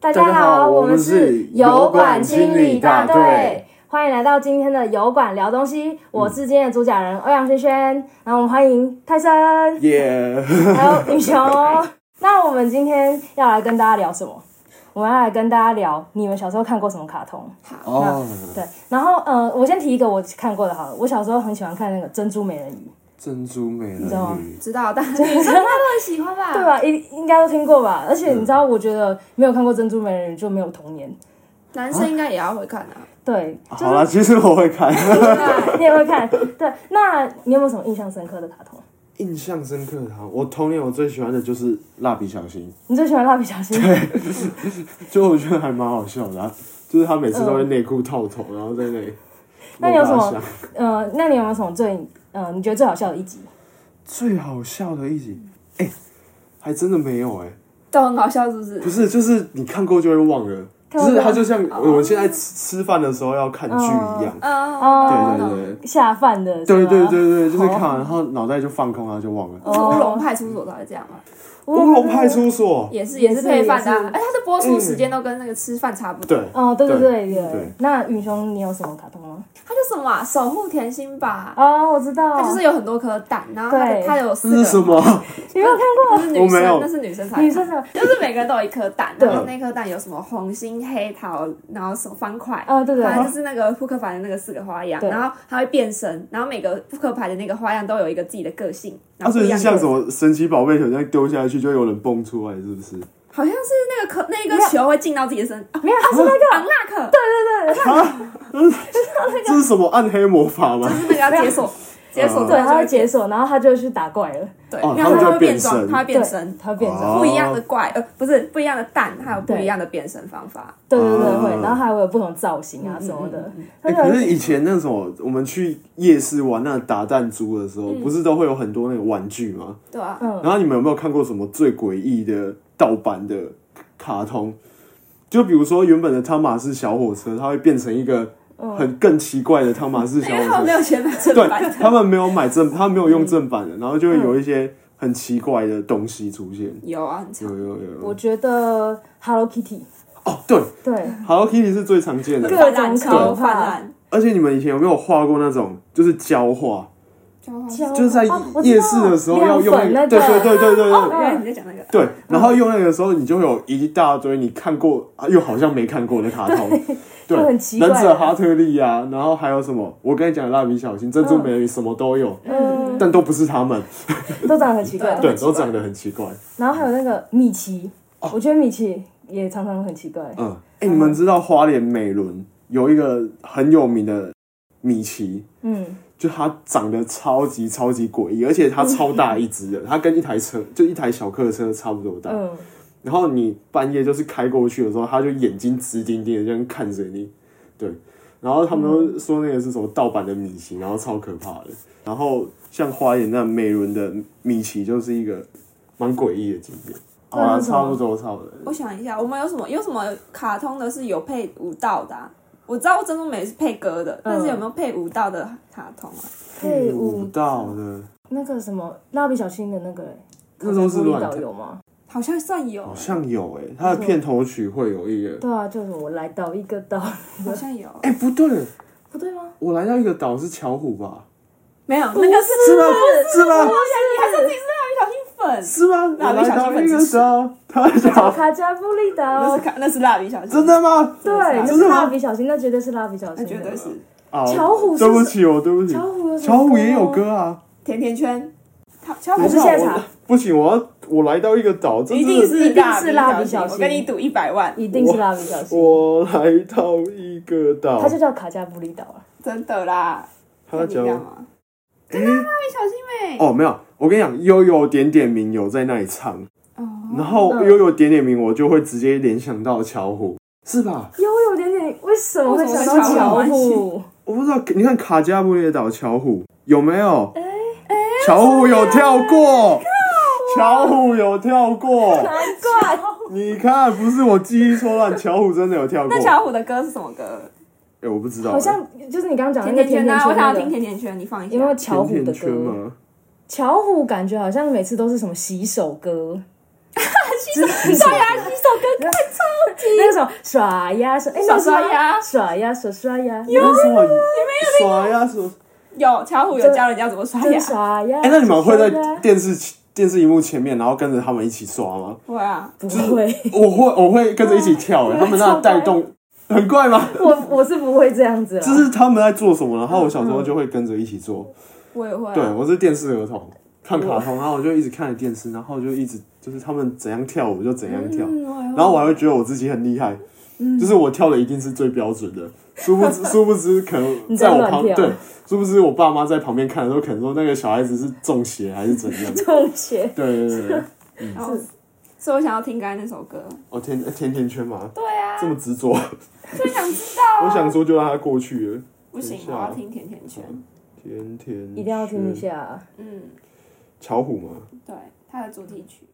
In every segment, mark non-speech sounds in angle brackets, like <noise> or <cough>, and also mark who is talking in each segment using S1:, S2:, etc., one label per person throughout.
S1: 大家好，我们是油管清理大队，嗯欢迎来到今天的油管聊东西。我是今天的主讲人欧阳轩轩，然后我们欢迎泰森，
S2: 耶！
S1: <laughs> 还有雨熊。那我们今天要来跟大家聊什么？我们要来跟大家聊你们小时候看过什么卡通？
S2: 哦，
S1: 对，然后呃，我先提一个我看过的好了。我小时候很喜欢看那个《珍珠美人鱼
S2: 珍珠美人
S1: 知道吗
S2: 鱼，
S3: 知
S1: <laughs>
S3: 道，但是应该都很喜欢》，吧？
S1: 对啊吧？应应该都听过吧？而且你知道，我觉得没有看过《珍珠美人鱼》就没有童年。
S3: 男生应该也要会看啊。
S1: 对，就是
S2: 好啦，其实我会
S1: <laughs>
S2: 看，啊
S1: 你也会看，对。那你有没有什么印象深刻的卡通？
S2: 印象深刻的哈。我童年我最喜欢的就是蜡笔小新，
S1: 你最喜欢蜡笔小新？
S2: 就我觉得还蛮好笑的啊、就是他每次都会内裤套头，然后在那里。
S1: <laughs> 那你有什么
S2: 露大象
S1: 呃，那你有没有什么最呃你觉得最好笑的一集？
S2: 最好笑的一集？哎、还真的没有哎、
S3: 都很好笑，是不是？
S2: 不是，就是你看过就会忘了，
S1: 看过
S2: 就是
S1: 就
S2: 它就像我们现在吃吃饭的时候要看剧一样。
S1: 哦
S3: 嗯，
S2: 对对对
S1: 下饭的是
S2: 对
S1: 吗
S2: 对对对，就是
S1: 哦
S2: 看完然后脑袋就放空，然后就忘了。
S3: 乌龙派出所才会这样嘛，
S2: 乌龙派出所，
S3: 也是
S1: 也
S3: 也
S1: 是
S3: 是配饭的
S1: 也
S3: 啊
S1: 是。
S3: 哎，它的播出时间都跟那个吃饭差不多。
S2: 对，
S1: 哦，对对对
S2: 对
S1: 那允雄，你有什么卡通吗？
S3: 它叫什么啊？守护甜心吧。
S1: 哦，我知道，
S3: 它就是有很多颗蛋，然后它
S1: 对
S3: 的它有
S2: 这是
S3: 四
S2: 什
S3: 个。 <laughs>
S2: 么？
S1: 你没有看过
S3: 那是女
S2: 我没有
S3: 生，那是女生才
S1: 女
S3: 有，
S1: 生的？
S3: 就是每个人都有一颗蛋，
S1: 对
S3: 然后那颗蛋有什么红心、黑桃，然后什么方块，
S1: 哦，对对
S3: 反
S1: 对
S3: 正就是那个扑克牌的那个四个花样，
S1: 对
S3: 然后它会变身，然后每个扑克牌的那个花样都有一个自己的个性，
S2: 它
S3: 然后不
S2: 这
S3: 一
S2: 啊是
S1: 啊
S2: 像
S3: 样的
S2: 什么神奇宝贝球这样丢下去就有人蹦出来，是不是？
S3: 好像是那个颗那一个球会进到自己的身，啊
S1: 没有，他是那个
S3: 昂纳克，对，
S2: 这是什么暗黑魔法吗？
S3: 就是那个要解锁解锁
S1: 对，
S3: 对，
S1: 他
S3: 它
S1: 会
S3: 会解
S1: 解锁，然后他就去打怪了，
S3: 对，
S2: 哦
S3: 然后
S2: 它
S3: 它
S2: 会
S3: 会
S2: 变
S3: 变
S2: 身
S3: 装，它会变
S1: 对
S3: 身，
S1: 他会变
S2: 哦
S1: 成，
S3: 不一样的怪，呃，不是不一样的蛋，还有不
S1: 对
S3: 一样的变身方法，
S1: 对对对
S2: 哦
S1: 会，然后还会有不同造型啊什么
S3: 嗯
S1: 的，
S2: 哎、
S1: 真
S2: 可
S1: 的
S2: 是以前那什么，我们去夜市玩那打弹珠的时
S3: 嗯
S2: 候，不是都会有很多那个玩具吗？
S3: 对啊， <laughs>
S1: 嗯
S2: 然后你们有没有看过什么最诡异的盗版的卡通？就比如说原本的汤马士小火车，它会变成一个很更奇怪的汤马士小
S3: 因为他
S2: 火
S3: 们嗯 <laughs> 没
S2: 车。
S3: 有钱买正
S2: 对
S3: 版，嗯
S2: 他们没有买正，他们没有用正版的，然后就会有一些很奇怪的东西出现。
S3: <laughs> 有啊，很
S2: 有
S3: 长，
S2: 有有有
S1: 我觉得 Hello Kitty
S2: 哦，对，
S1: 对
S2: Hello Kitty 是最常见的，
S1: 各种
S3: 超
S1: 可
S3: 泛
S1: 怕。
S3: 滥，
S2: 而且你们以前有没有画过那种就是胶画，
S1: 交
S2: 就是在
S1: 哦我知道
S2: 夜市的时候要用
S1: 亮粉
S2: 那
S1: 那
S2: 个，对对
S1: 个，
S2: 对对对
S3: 哦，
S2: 对
S1: 啊
S3: 原来你在讲那个，
S2: 对，然后用那个的时候，你就会有一大堆你看过啊又好像没看过的卡通，
S1: 就
S2: 对，
S1: 很奇怪
S2: 忍者哈特利啊，然后还有什么？我跟你讲，蜡笔小新、珍珠美人鱼什么都有，
S1: 嗯，
S2: 但都不是他们，
S1: 都长得很奇怪。
S2: 对，都长得很奇怪。
S1: 然后还有那个米奇，我觉得米奇也常常很奇怪。
S2: 嗯，哎，你们知道花莲美伦有一个很有名的米奇，
S1: 嗯，
S2: 就它长得超级超级诡异，而且它超大一只的，它跟一台车就一台小客车差不多大。
S1: 嗯，
S2: 然后你半夜就是开过去的时候，它就眼睛直盯盯的这样看着你，对。然后他们都说那个是什么盗版的米奇，然后超可怕的。然后像花园那美伦的米奇就是一个蛮诡异的景点。好啦，
S1: 那是什么
S2: 差不多差不多。
S3: 我想一下，我们有什么有什么卡通的是有配舞蹈的、啊？我知道珍珠美是配
S1: 嗯
S3: 歌的，但是有没有配舞蹈的卡通啊？
S1: 配
S2: 舞
S1: 舞
S2: 蹈的
S1: 那个什么蜡笔小新的那个，
S2: 那都是
S1: 立
S2: 乱
S1: 导
S2: 的，
S1: 游吗？
S3: 好像算有啊
S2: 好，像有诶、它的片头曲会有一个。
S1: 对啊，就是我来到一个岛，
S3: 好像有，啊
S2: 哎、不对，
S1: 不对吗？
S2: 我来到一个岛是巧虎吧？
S3: 没有那个是
S2: 是吗？
S1: <laughs>
S2: 是吗？
S3: 你还说自己是蜡笔小新粉？
S2: 是吗？我
S3: 蜡笔
S2: 来
S3: 小新
S2: 到一
S3: 粉
S2: 个
S3: 丝
S2: 岛，他
S1: 找
S2: 叫
S1: 卡加布利
S3: 那
S1: 岛
S3: 是，卡，那是蜡笔小新，
S2: 啊真的吗？
S1: 对，啊就
S2: 真的
S1: 是
S2: 吗
S1: 蜡笔小新，那绝对是蜡笔小
S3: 那
S1: 新，
S3: 绝对。是
S2: 啊，
S1: 巧虎是
S2: 对不起哦，对不起，
S1: 巧虎有什么
S2: 巧虎也有
S1: 吗，
S2: 歌啊。
S3: 甜甜圈，他小
S1: 我
S3: 虎
S1: 们现在
S2: 我
S1: 查，
S2: 不行，我要我来到一个岛，这
S3: 一定
S2: 是
S3: 是
S1: 一定是蜡
S3: 蜡
S1: 笔
S3: 笔
S1: 小
S3: 小
S1: 新
S3: 我跟你赌一百万，
S1: 一定是蜡笔小新，
S2: 我来到一个岛
S1: 它，就叫卡加布利岛啊。
S3: 真的啦，
S2: 他
S3: 你知道
S2: 叫
S3: 吗？
S2: 诶
S3: 蜡笔小新妹，
S2: 哦，没有，我跟你讲，悠悠点点名有在那里唱，
S3: 哦，
S2: 然后
S1: 嗯
S2: 悠悠点点名，我就会直接联想到巧虎，是吧？
S1: 悠悠点点，为什么会想到巧
S3: 为什么会
S1: 虎？
S2: 我不知道，你看卡加布列岛巧虎有没有？巧虎有跳过，巧虎有跳过，
S1: 难怪，
S2: 你看，不是我记忆错乱，巧虎真的有跳过。
S3: 那小虎的歌是什么歌？
S2: 哎、我不知道、
S1: 好像就是你刚刚讲的
S3: 甜
S1: 那个甜
S3: 甜圈
S1: 甜
S3: 啊，
S1: 圈
S3: 我想
S1: 那
S3: 要
S1: 个
S3: 听，甜甜圈，你放一
S1: 因为
S3: 下。
S1: 巧虎的
S2: 圈
S1: 歌，
S2: 吗？
S1: 巧虎感觉好像每次都是什么洗手歌，
S3: 洗手，刷牙、洗手跟看超级。
S1: 那个什么刷牙刷，哎，
S3: 刷刷牙
S1: 刷牙刷刷牙，
S2: 有什么？你没有刷呀？什么？
S3: 有巧虎有教人家怎么刷牙。
S1: 刷牙。
S2: 哎，那你们会在电视电视荧幕前面，然后跟着他们一起刷吗？
S3: 会啊，
S1: 不会，
S2: 我会我会跟着一起跳，哎，他们那带动很怪吗？
S1: 我我是不会这样子啦。啊
S2: 就是他们在做什么，然后我小时候就会跟着一起做。
S3: 我也会啊。
S2: 对，我是电视儿童。看卡通，然后我就一直看着电视，然后就一直就是他们怎样跳我就怎样跳，
S3: 嗯
S2: 然后我还会觉得我自己很厉害，就是我跳的一定是最标准的。殊不知，殊不知可能在我旁
S1: 你在乱跳。
S2: 对，殊不知我爸妈在旁边看的时候，可能说那个小孩子是中邪还是怎样
S1: 中学
S2: 对对对对，
S3: 然后，所以我想要听刚才那首歌。
S2: 哦甜甜甜圈嘛，
S3: 对啊
S2: 这，么执着，
S3: 就想知道。
S2: 我想说就让它过去了。
S3: 不行，
S2: 等一
S3: 我
S2: 下
S3: 要听甜甜圈。
S2: 甜甜
S1: 一定要听一
S2: 圈，
S1: 下。
S3: 嗯，
S2: 巧虎嘛，
S3: 对，它的主题曲。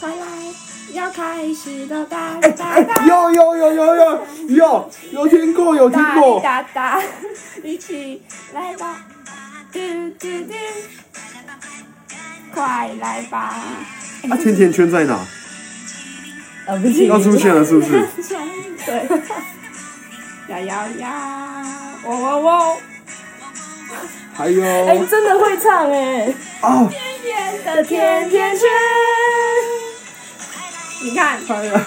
S3: 快来，要开始了！哒哒
S1: 哎
S3: 哒哒
S2: 有有有有有有有听过有听过，
S3: 哒哒，一起来吧！嘟嘟嘟，快来吧！
S2: 啊甜甜圈在哪？
S1: 啊，不行，
S2: 要出现了是不是？
S3: 对，呀呀呀，哇哇哇！
S2: 还有
S1: 哎、真的会唱哎、
S2: 哦，
S3: 天
S1: 的甜甜圈，
S3: 你看，
S2: 哎呀，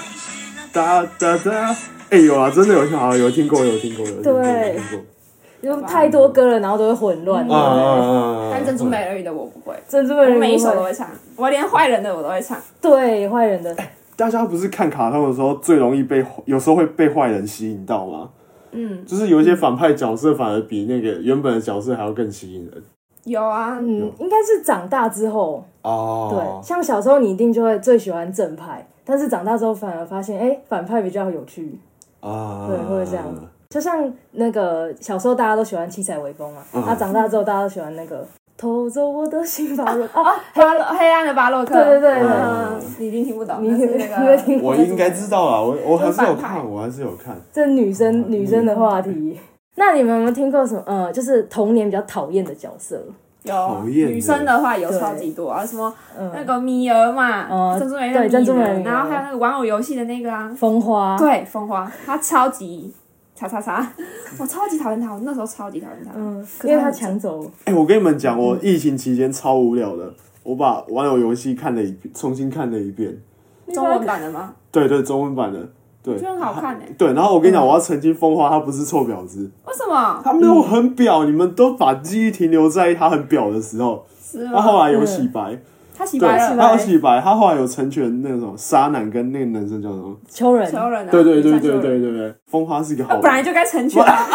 S2: 哒哒哒，哎、有啊，真的有听，好有听过，有听过，有听过，
S1: 对
S2: 有听
S1: 有太多歌了，然后都会混乱。
S2: 过，啊啊啊啊！
S3: 但珍珠美人鱼的我不会，
S1: 珍珠美
S3: 我
S1: 人
S3: 每一
S1: 鱼
S3: 首都
S1: 会，
S3: 会唱，我连坏人的我都会唱。
S1: 对坏人的，
S2: 大家不是看卡通的时候最容易被，有时候会被坏人吸引到吗？
S3: 嗯，
S2: 就是有一些反派角色反而比那个原本的角色还要更吸引人
S3: 有啊，
S1: 嗯，应该是长大之后，
S2: 哦
S1: 对，。像小时候你一定就会最喜欢正派，但是长大之后反而发现，哎、反派比较有趣。
S2: 对啊
S1: 对会这样子就像那个小时候大家都喜欢七彩微风嘛，
S2: 嗯
S1: 啊，长大之后大家都喜欢那个偷走我的心吧，啊，
S3: 巴洛黑暗的巴洛克，
S1: 对对对
S3: 嗯，你一定听不懂，
S1: 你
S3: 但
S1: 你
S3: 是
S1: 会
S3: 那个
S1: 听过
S2: 我应该知道啦，我我还是有
S3: 就是反派
S2: 看，我还是有看。
S1: 这女生女生的话题。那你们有没有听过什么？呃，就是童年比较讨厌的角色，
S3: 有
S2: 讨厌的
S3: 女生的话有
S1: 对
S3: 超级多啊，什么
S1: 嗯，
S3: 那个米儿嘛，
S1: 哦
S3: 珍珠美人
S1: 对
S3: 鱼，
S1: 珍珠美人鱼
S3: 然后还有那个玩偶游戏的那个啊，
S1: 风花，
S3: 对，风花，她超级。叉叉叉！我超级讨厌她，我那时候超级讨厌她。
S1: 嗯，
S3: 可
S1: 因为他
S3: 很
S1: 抢走，
S2: 哎、我跟你们讲，
S3: 嗯
S2: 我疫情期间超无聊的，我把玩偶游戏看了一遍，重新看了一遍。
S3: 中文版的吗？
S2: 对对，中文版的，对，
S3: 就很好看哎、嗯
S2: 对，然后我跟你讲，我要澄清风花他不是臭婊子，
S3: 为什么？
S2: 他没有很婊，你们都把记忆停留在他很婊的时候。
S3: 是
S2: 他后
S3: 吗？
S2: 来有洗白，
S3: 他嗯洗
S2: 对，
S3: 白了，
S2: 他有洗白，他后来有成全那种渣男跟那个男生叫什么？
S1: 秋人，
S3: 求人啊！
S2: 对对对
S3: 女生求
S2: 对
S3: 人
S2: 对对对，风花是一个好
S3: 啊，本来
S2: 人，
S3: 就该成
S2: <laughs>
S3: 全啊！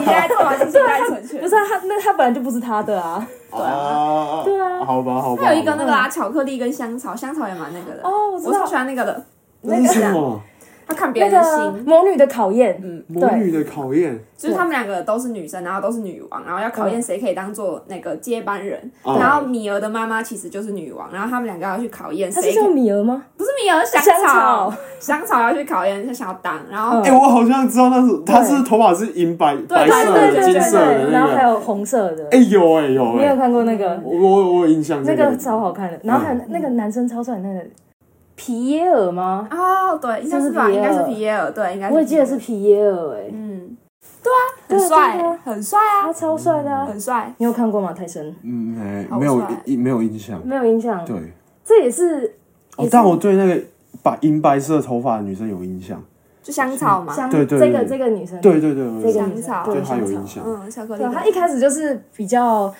S3: 你该干嘛？你该成
S1: <laughs>
S3: 全
S1: 不。是啊他，那他本来就不是他的啊。
S2: 啊，
S1: 对啊
S2: 好吧好吧。
S3: 还有一个那个啊，巧克力跟香草，香草也蛮那个的。
S1: 哦
S3: 我
S1: 我知道
S3: 超喜欢那个的，
S2: 那是什么？
S3: 他看别
S1: 那
S3: 人的
S1: 个
S3: 心，
S1: 魔女的考验，嗯，
S2: 魔女的考验，
S3: 就是他们两个都是女生，然后都是女王，然后要考
S1: 嗯
S3: 验谁可以当做那个接班人。
S1: 哦
S2: 嗯
S3: 然后米儿的妈妈其实就是女王，然后他们两个要去考验
S1: 她是
S3: 谁可
S1: 叫米儿吗？
S3: 不是米儿香
S1: 香
S3: 草
S1: 草，哦
S3: 香草要去考验他想要当，然
S1: <laughs>
S3: 后
S2: 哎，我好像知道那是他是头发是银白白
S3: 对
S2: 色的、
S3: 对对
S2: 金色的
S1: 然
S2: 那
S1: 后还
S2: 个，
S1: 有红色的，
S2: 哎有哎有
S1: 你有
S2: 哎，
S1: 看过那个？
S2: 我我我有印象
S1: 那
S2: 这
S1: 个超好看
S2: 嗯
S1: 的，然后还有那个男生超帅，那个皮耶尔吗？
S3: 哦对，应该是吧，
S1: 是不是
S3: 应该是
S1: 皮
S3: 皮耶尔，对，应
S2: 嗯
S3: 该是。
S1: 我也记得是，皮耶尔，哎，
S3: 嗯，
S1: 对
S3: 很
S1: 啊对
S3: 帅
S1: 啊，
S3: 很帅啊
S1: 他，超帅的啊！
S3: 很帅。
S1: 你有看过吗？泰森
S2: 嗯哎
S3: 好没有帅
S2: 没有印象，
S1: 没有印象，
S2: 对。
S1: 这也是
S2: 哦，但我对那个把银白色头发的女生有印象。
S3: 就香草嘛，
S1: 香
S2: 对对
S1: 这个
S2: 对
S1: 这个女生，
S2: 对对对，
S1: 这
S2: 对
S1: 个
S2: 对
S1: 女生
S3: 香草
S2: 对
S1: 对
S2: 她有
S1: 香
S2: 印
S1: 草
S2: 象。
S3: 嗯，巧克力
S1: 对啊
S3: 的。
S1: 他一开始就是比较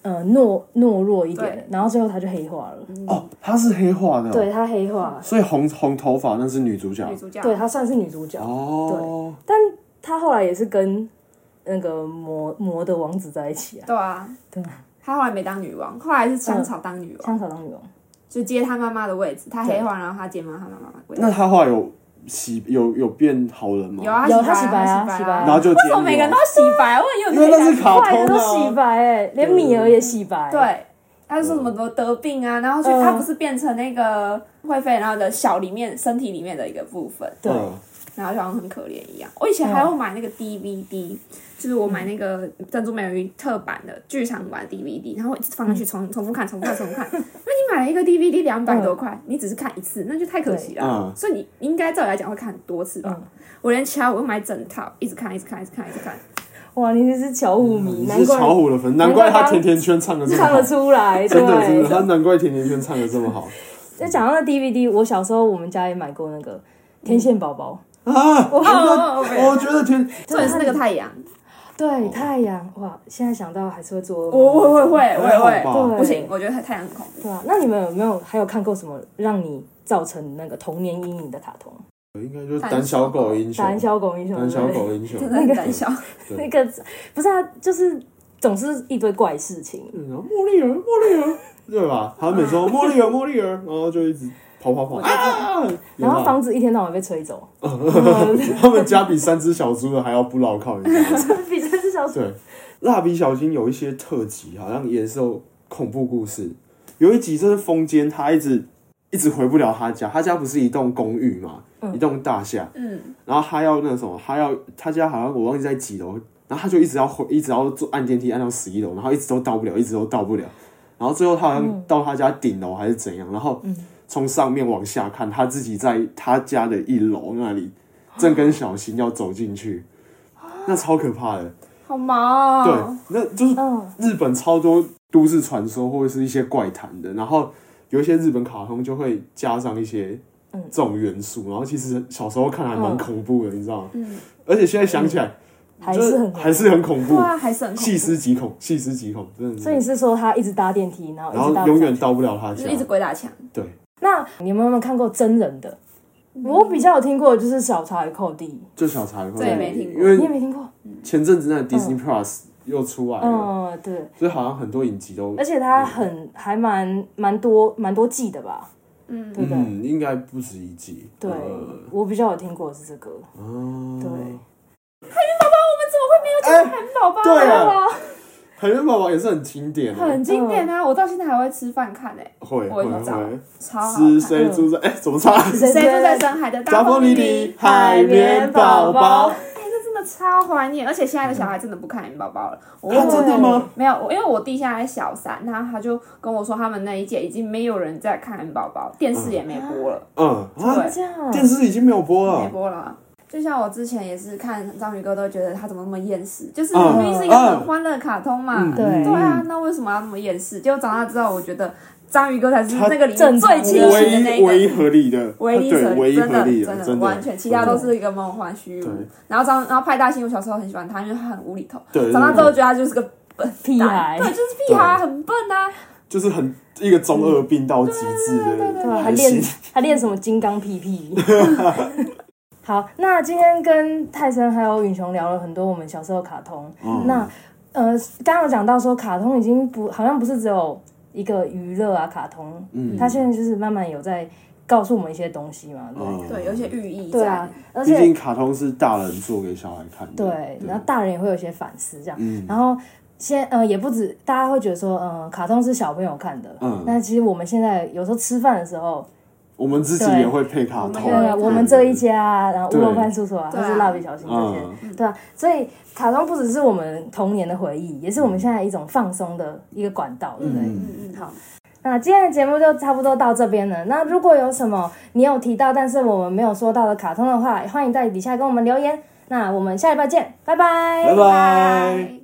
S1: 呃懦懦弱一点
S3: 对，
S1: 然后最后他就黑化了，
S3: 嗯
S2: 哦，她是黑化的，哦
S1: 对，他黑化，
S2: 所以红红头发那是女主角
S3: 女。主角，
S1: 对他算是女主角，
S2: 哦，
S1: 他后来也是跟那个魔魔的王子在一起啊，
S3: 对啊，
S1: 对，
S3: 她后来没当女王，后来是香草当女王，
S1: 香草当女王，
S3: 就接她妈妈的位置，她黑化，然后她接妈她妈妈的位置。
S2: 那她后来有洗有有变好人吗？
S3: 有啊，
S1: 有
S3: 她洗白
S1: 她洗白啊
S3: 她洗
S1: 洗白啊
S2: 然后就哦
S3: 为
S2: 为
S3: 什么每个人都洗白？我很有
S2: 因为那
S3: 点
S2: 是卡
S1: 坏人
S2: 通
S1: 都洗
S2: 啊。
S1: 白哎，连米儿也洗白，
S3: 对。他就说什么得得病啊，然后所以
S1: 嗯
S3: 他不是变成那个会飞，然后的小里面身体里面的一个部分，
S1: 对
S2: 嗯
S3: 然后就好像很可怜一样。我以前还要买那个 DVD，、就是我买那个《珍珠美人鱼》特版的剧场版 DVD，然后我一直放上去重重复看、重复看、重复看。那你买了一个 DVD 两百多块，你只是看一次，那就太可惜了
S2: 嗯。
S3: 所以你应该照理来讲会看很多次吧
S1: 嗯？
S3: 我连其他我又买整套，一直看、一直看、一直看、一直看。
S1: 哇，你是巧虎迷，
S2: 嗯你
S1: 难
S2: 是
S1: 怪
S2: 炒虎的粉，难怪他甜甜圈唱的这么
S1: 唱
S2: 好
S1: 得，出来，
S2: <laughs> 真的真的，他
S1: 对。
S2: 难怪甜甜圈唱的这么好
S1: 那讲到那 DVD，我小时候我们家也买过那个《天线宝宝
S2: 啊！我
S3: 哦哦哦
S2: 我觉得甜，
S3: 重点是那个太阳，》，
S1: 对太阳，哇，现在想到还是会做噩梦。
S3: 我
S2: 哦
S3: 我会会我
S2: 还好
S3: 也
S2: 吧
S3: 会，
S1: 对
S3: 不行，我觉得太太阳很恐怖。
S1: 对啊，那你们有没有还有看过什么让你造成那个童年阴影的卡通？
S2: 应该就是胆小狗英雄，
S1: 胆小狗英雄，
S2: 胆小
S1: 对不对
S2: 狗英雄
S3: 真，的很胆小，
S1: 那个不是啊，就是总是一堆怪事情。
S2: 然后茉莉儿，茉莉儿，对吧？他每次说茉莉儿，茉莉儿，然后就一直跑跑跑啊！嗯有
S1: 然后
S2: 吧
S1: 房子一天到晚被吹
S2: <laughs>
S1: 走，
S2: 他们家比三只小猪的还要不牢靠，你知道吗？
S1: 比这只小鼠
S2: 对，蜡笔小新有一些特辑，好像也是有恐怖故事。有一集就是风间，他一直一直回不了他家，他家不是一栋公寓嘛，一栋大厦，
S3: 嗯，
S2: 然后他要那什么，他要他家好像我忘记在几楼，然后他就一直要回，一直要坐按电梯按到十一楼，然后一直都到不了，一直都到不了，然后最后他好像到他家顶楼还是怎样，然后从上面往下看，他自己在他家的一楼那里，正跟小新要走进去，那超可怕的，
S3: 好毛
S2: 对
S3: 哦。，
S2: 那就是
S1: 嗯，
S2: 日本超多都市传说或者是一些怪谈的，然后有一些日本卡通就会加上一些这种元素，然后其实小时候看还蛮恐怖的，你知道吗？
S3: 嗯
S2: 而且现在想起来，
S1: 嗯还
S2: 就是
S1: 很
S2: 还是很恐怖，
S3: 对啊，还是很恐
S2: 细
S3: 怖，
S2: 思极恐，细思极恐，真的
S1: 所以你
S2: 是。
S1: 是说他一直搭电梯，然后
S2: 然
S1: 一直搭
S2: 后
S1: 不
S2: 永
S1: 上
S2: 远到不了他
S3: 就
S2: 家
S3: 是一，直鬼打墙。
S2: 对，
S1: 那你们有没有看过真人的？我比较有听过的就是小茶与寇弟，
S2: 就小茶会，
S3: 这也没听过
S2: 因
S1: 你也
S2: 为
S1: 没听过？
S2: 前阵子那个 Disney Plus 又出来了，
S1: 嗯，对，
S2: 所以好像很多影集都
S1: 而，且他很还蛮蛮多蛮多季的吧？
S3: 嗯
S1: 对不对？
S2: 嗯，应该不止一集，
S1: 对
S2: 呃，
S1: 我比较有听过的是这个，
S2: 哦，
S1: 对。
S2: 哎，
S3: 宝宝，
S2: 对啊，海绵宝宝也是很经典的，
S3: 很经典
S2: 嗯
S3: 啊！我到现在还会吃饭看诶，
S2: 会
S3: 我
S2: 会
S3: 有找
S2: 会，
S3: 超好
S2: 吃
S3: 看。
S2: 谁住在哎怎么唱？
S1: 谁
S3: 谁住在深海的
S2: 达
S3: 大
S2: 芙
S3: 风
S2: 妮
S3: 妮
S2: 妮
S3: 妮
S2: 海绵宝宝，
S3: 哎，这真的超怀念，而且现在的小孩真的不看海绵宝宝了。我
S2: 啊真的吗？
S3: 没有，我因为我弟现在小三，然后他就跟我说，他们那一届已经没有人在看海绵宝宝，电视也没播了，
S2: 嗯啊，
S3: 对
S1: 这样？
S2: 电视已经没有播
S3: 没
S2: 了，
S3: 播了啊。就像我之前也是看章鱼哥，都觉得他怎么那么厌世，就是
S2: 嗯
S3: 明明是一个很欢乐的卡通嘛，
S2: 嗯
S1: 对
S3: 对啊，，那为什么要那么厌世？结果长大之后，我觉得章鱼哥才是
S2: 他
S3: 那个里
S1: 正
S3: 面
S1: 常
S3: 最
S1: 的
S3: 清
S1: 嗯
S2: 唯
S3: 醒的那
S2: 一
S3: 一个
S2: 唯一合理的，
S3: 唯一
S2: 对
S3: 成
S2: 唯一
S3: 真
S2: 合
S3: 的
S2: 理
S3: 的
S2: 真
S3: 完全，其他都是一个梦幻虚无。然后张，然后派大星，我小时候很喜欢他，因为他很无厘头。
S2: 对，
S3: 长大
S2: 对
S3: 之后
S2: 对
S3: 觉得他就是个笨
S1: 屁
S3: 蛋
S1: 孩
S3: 对，就是屁孩，很笨啊。
S2: 就是很一个中二病到极致的，
S1: 对啊，还
S2: 还
S1: 练
S2: 行
S1: 还练什么金刚屁
S2: <laughs>
S1: 屁。好，那今天跟泰森还有允雄聊了很多我们小时候的卡通。
S2: 嗯
S1: 那呃，刚刚有讲到说，卡通已经不好像不是只有一个娱乐啊，卡通，
S2: 嗯
S1: 它现在就是慢慢有在告诉我们一些东西嘛，对不对、
S2: 嗯
S3: 对，有一些寓意。
S1: 对啊，，而
S2: 毕
S1: 且
S2: 竟卡通是大人做给小孩看的，
S1: 对，然后大人也会有一些反思这样。
S2: 嗯
S1: 然后先呃，也不止大家会觉得说，嗯、卡通是小朋友看的，
S2: 嗯
S1: 那其实我们现在有时候吃饭的时候。
S2: 我们自己
S1: 对
S2: 也会配卡通，
S3: 对
S1: 对，我们这一家啊，然后乌
S2: 对嗯
S1: 龙派出所啊，或
S3: 对啊
S1: 是蜡笔小新这些，对啊，所以卡通不只是我们童年的回忆，也是我们现在一种放松的一个管道，对不对？
S2: 嗯
S3: 嗯嗯，好，
S1: 那今天的节目就差不多到这边了。那如果有什么你有提到但是我们没有说到的卡通的话，欢迎在底下跟我们留言。那我们下礼拜见，拜拜，
S2: 拜拜。
S3: 拜。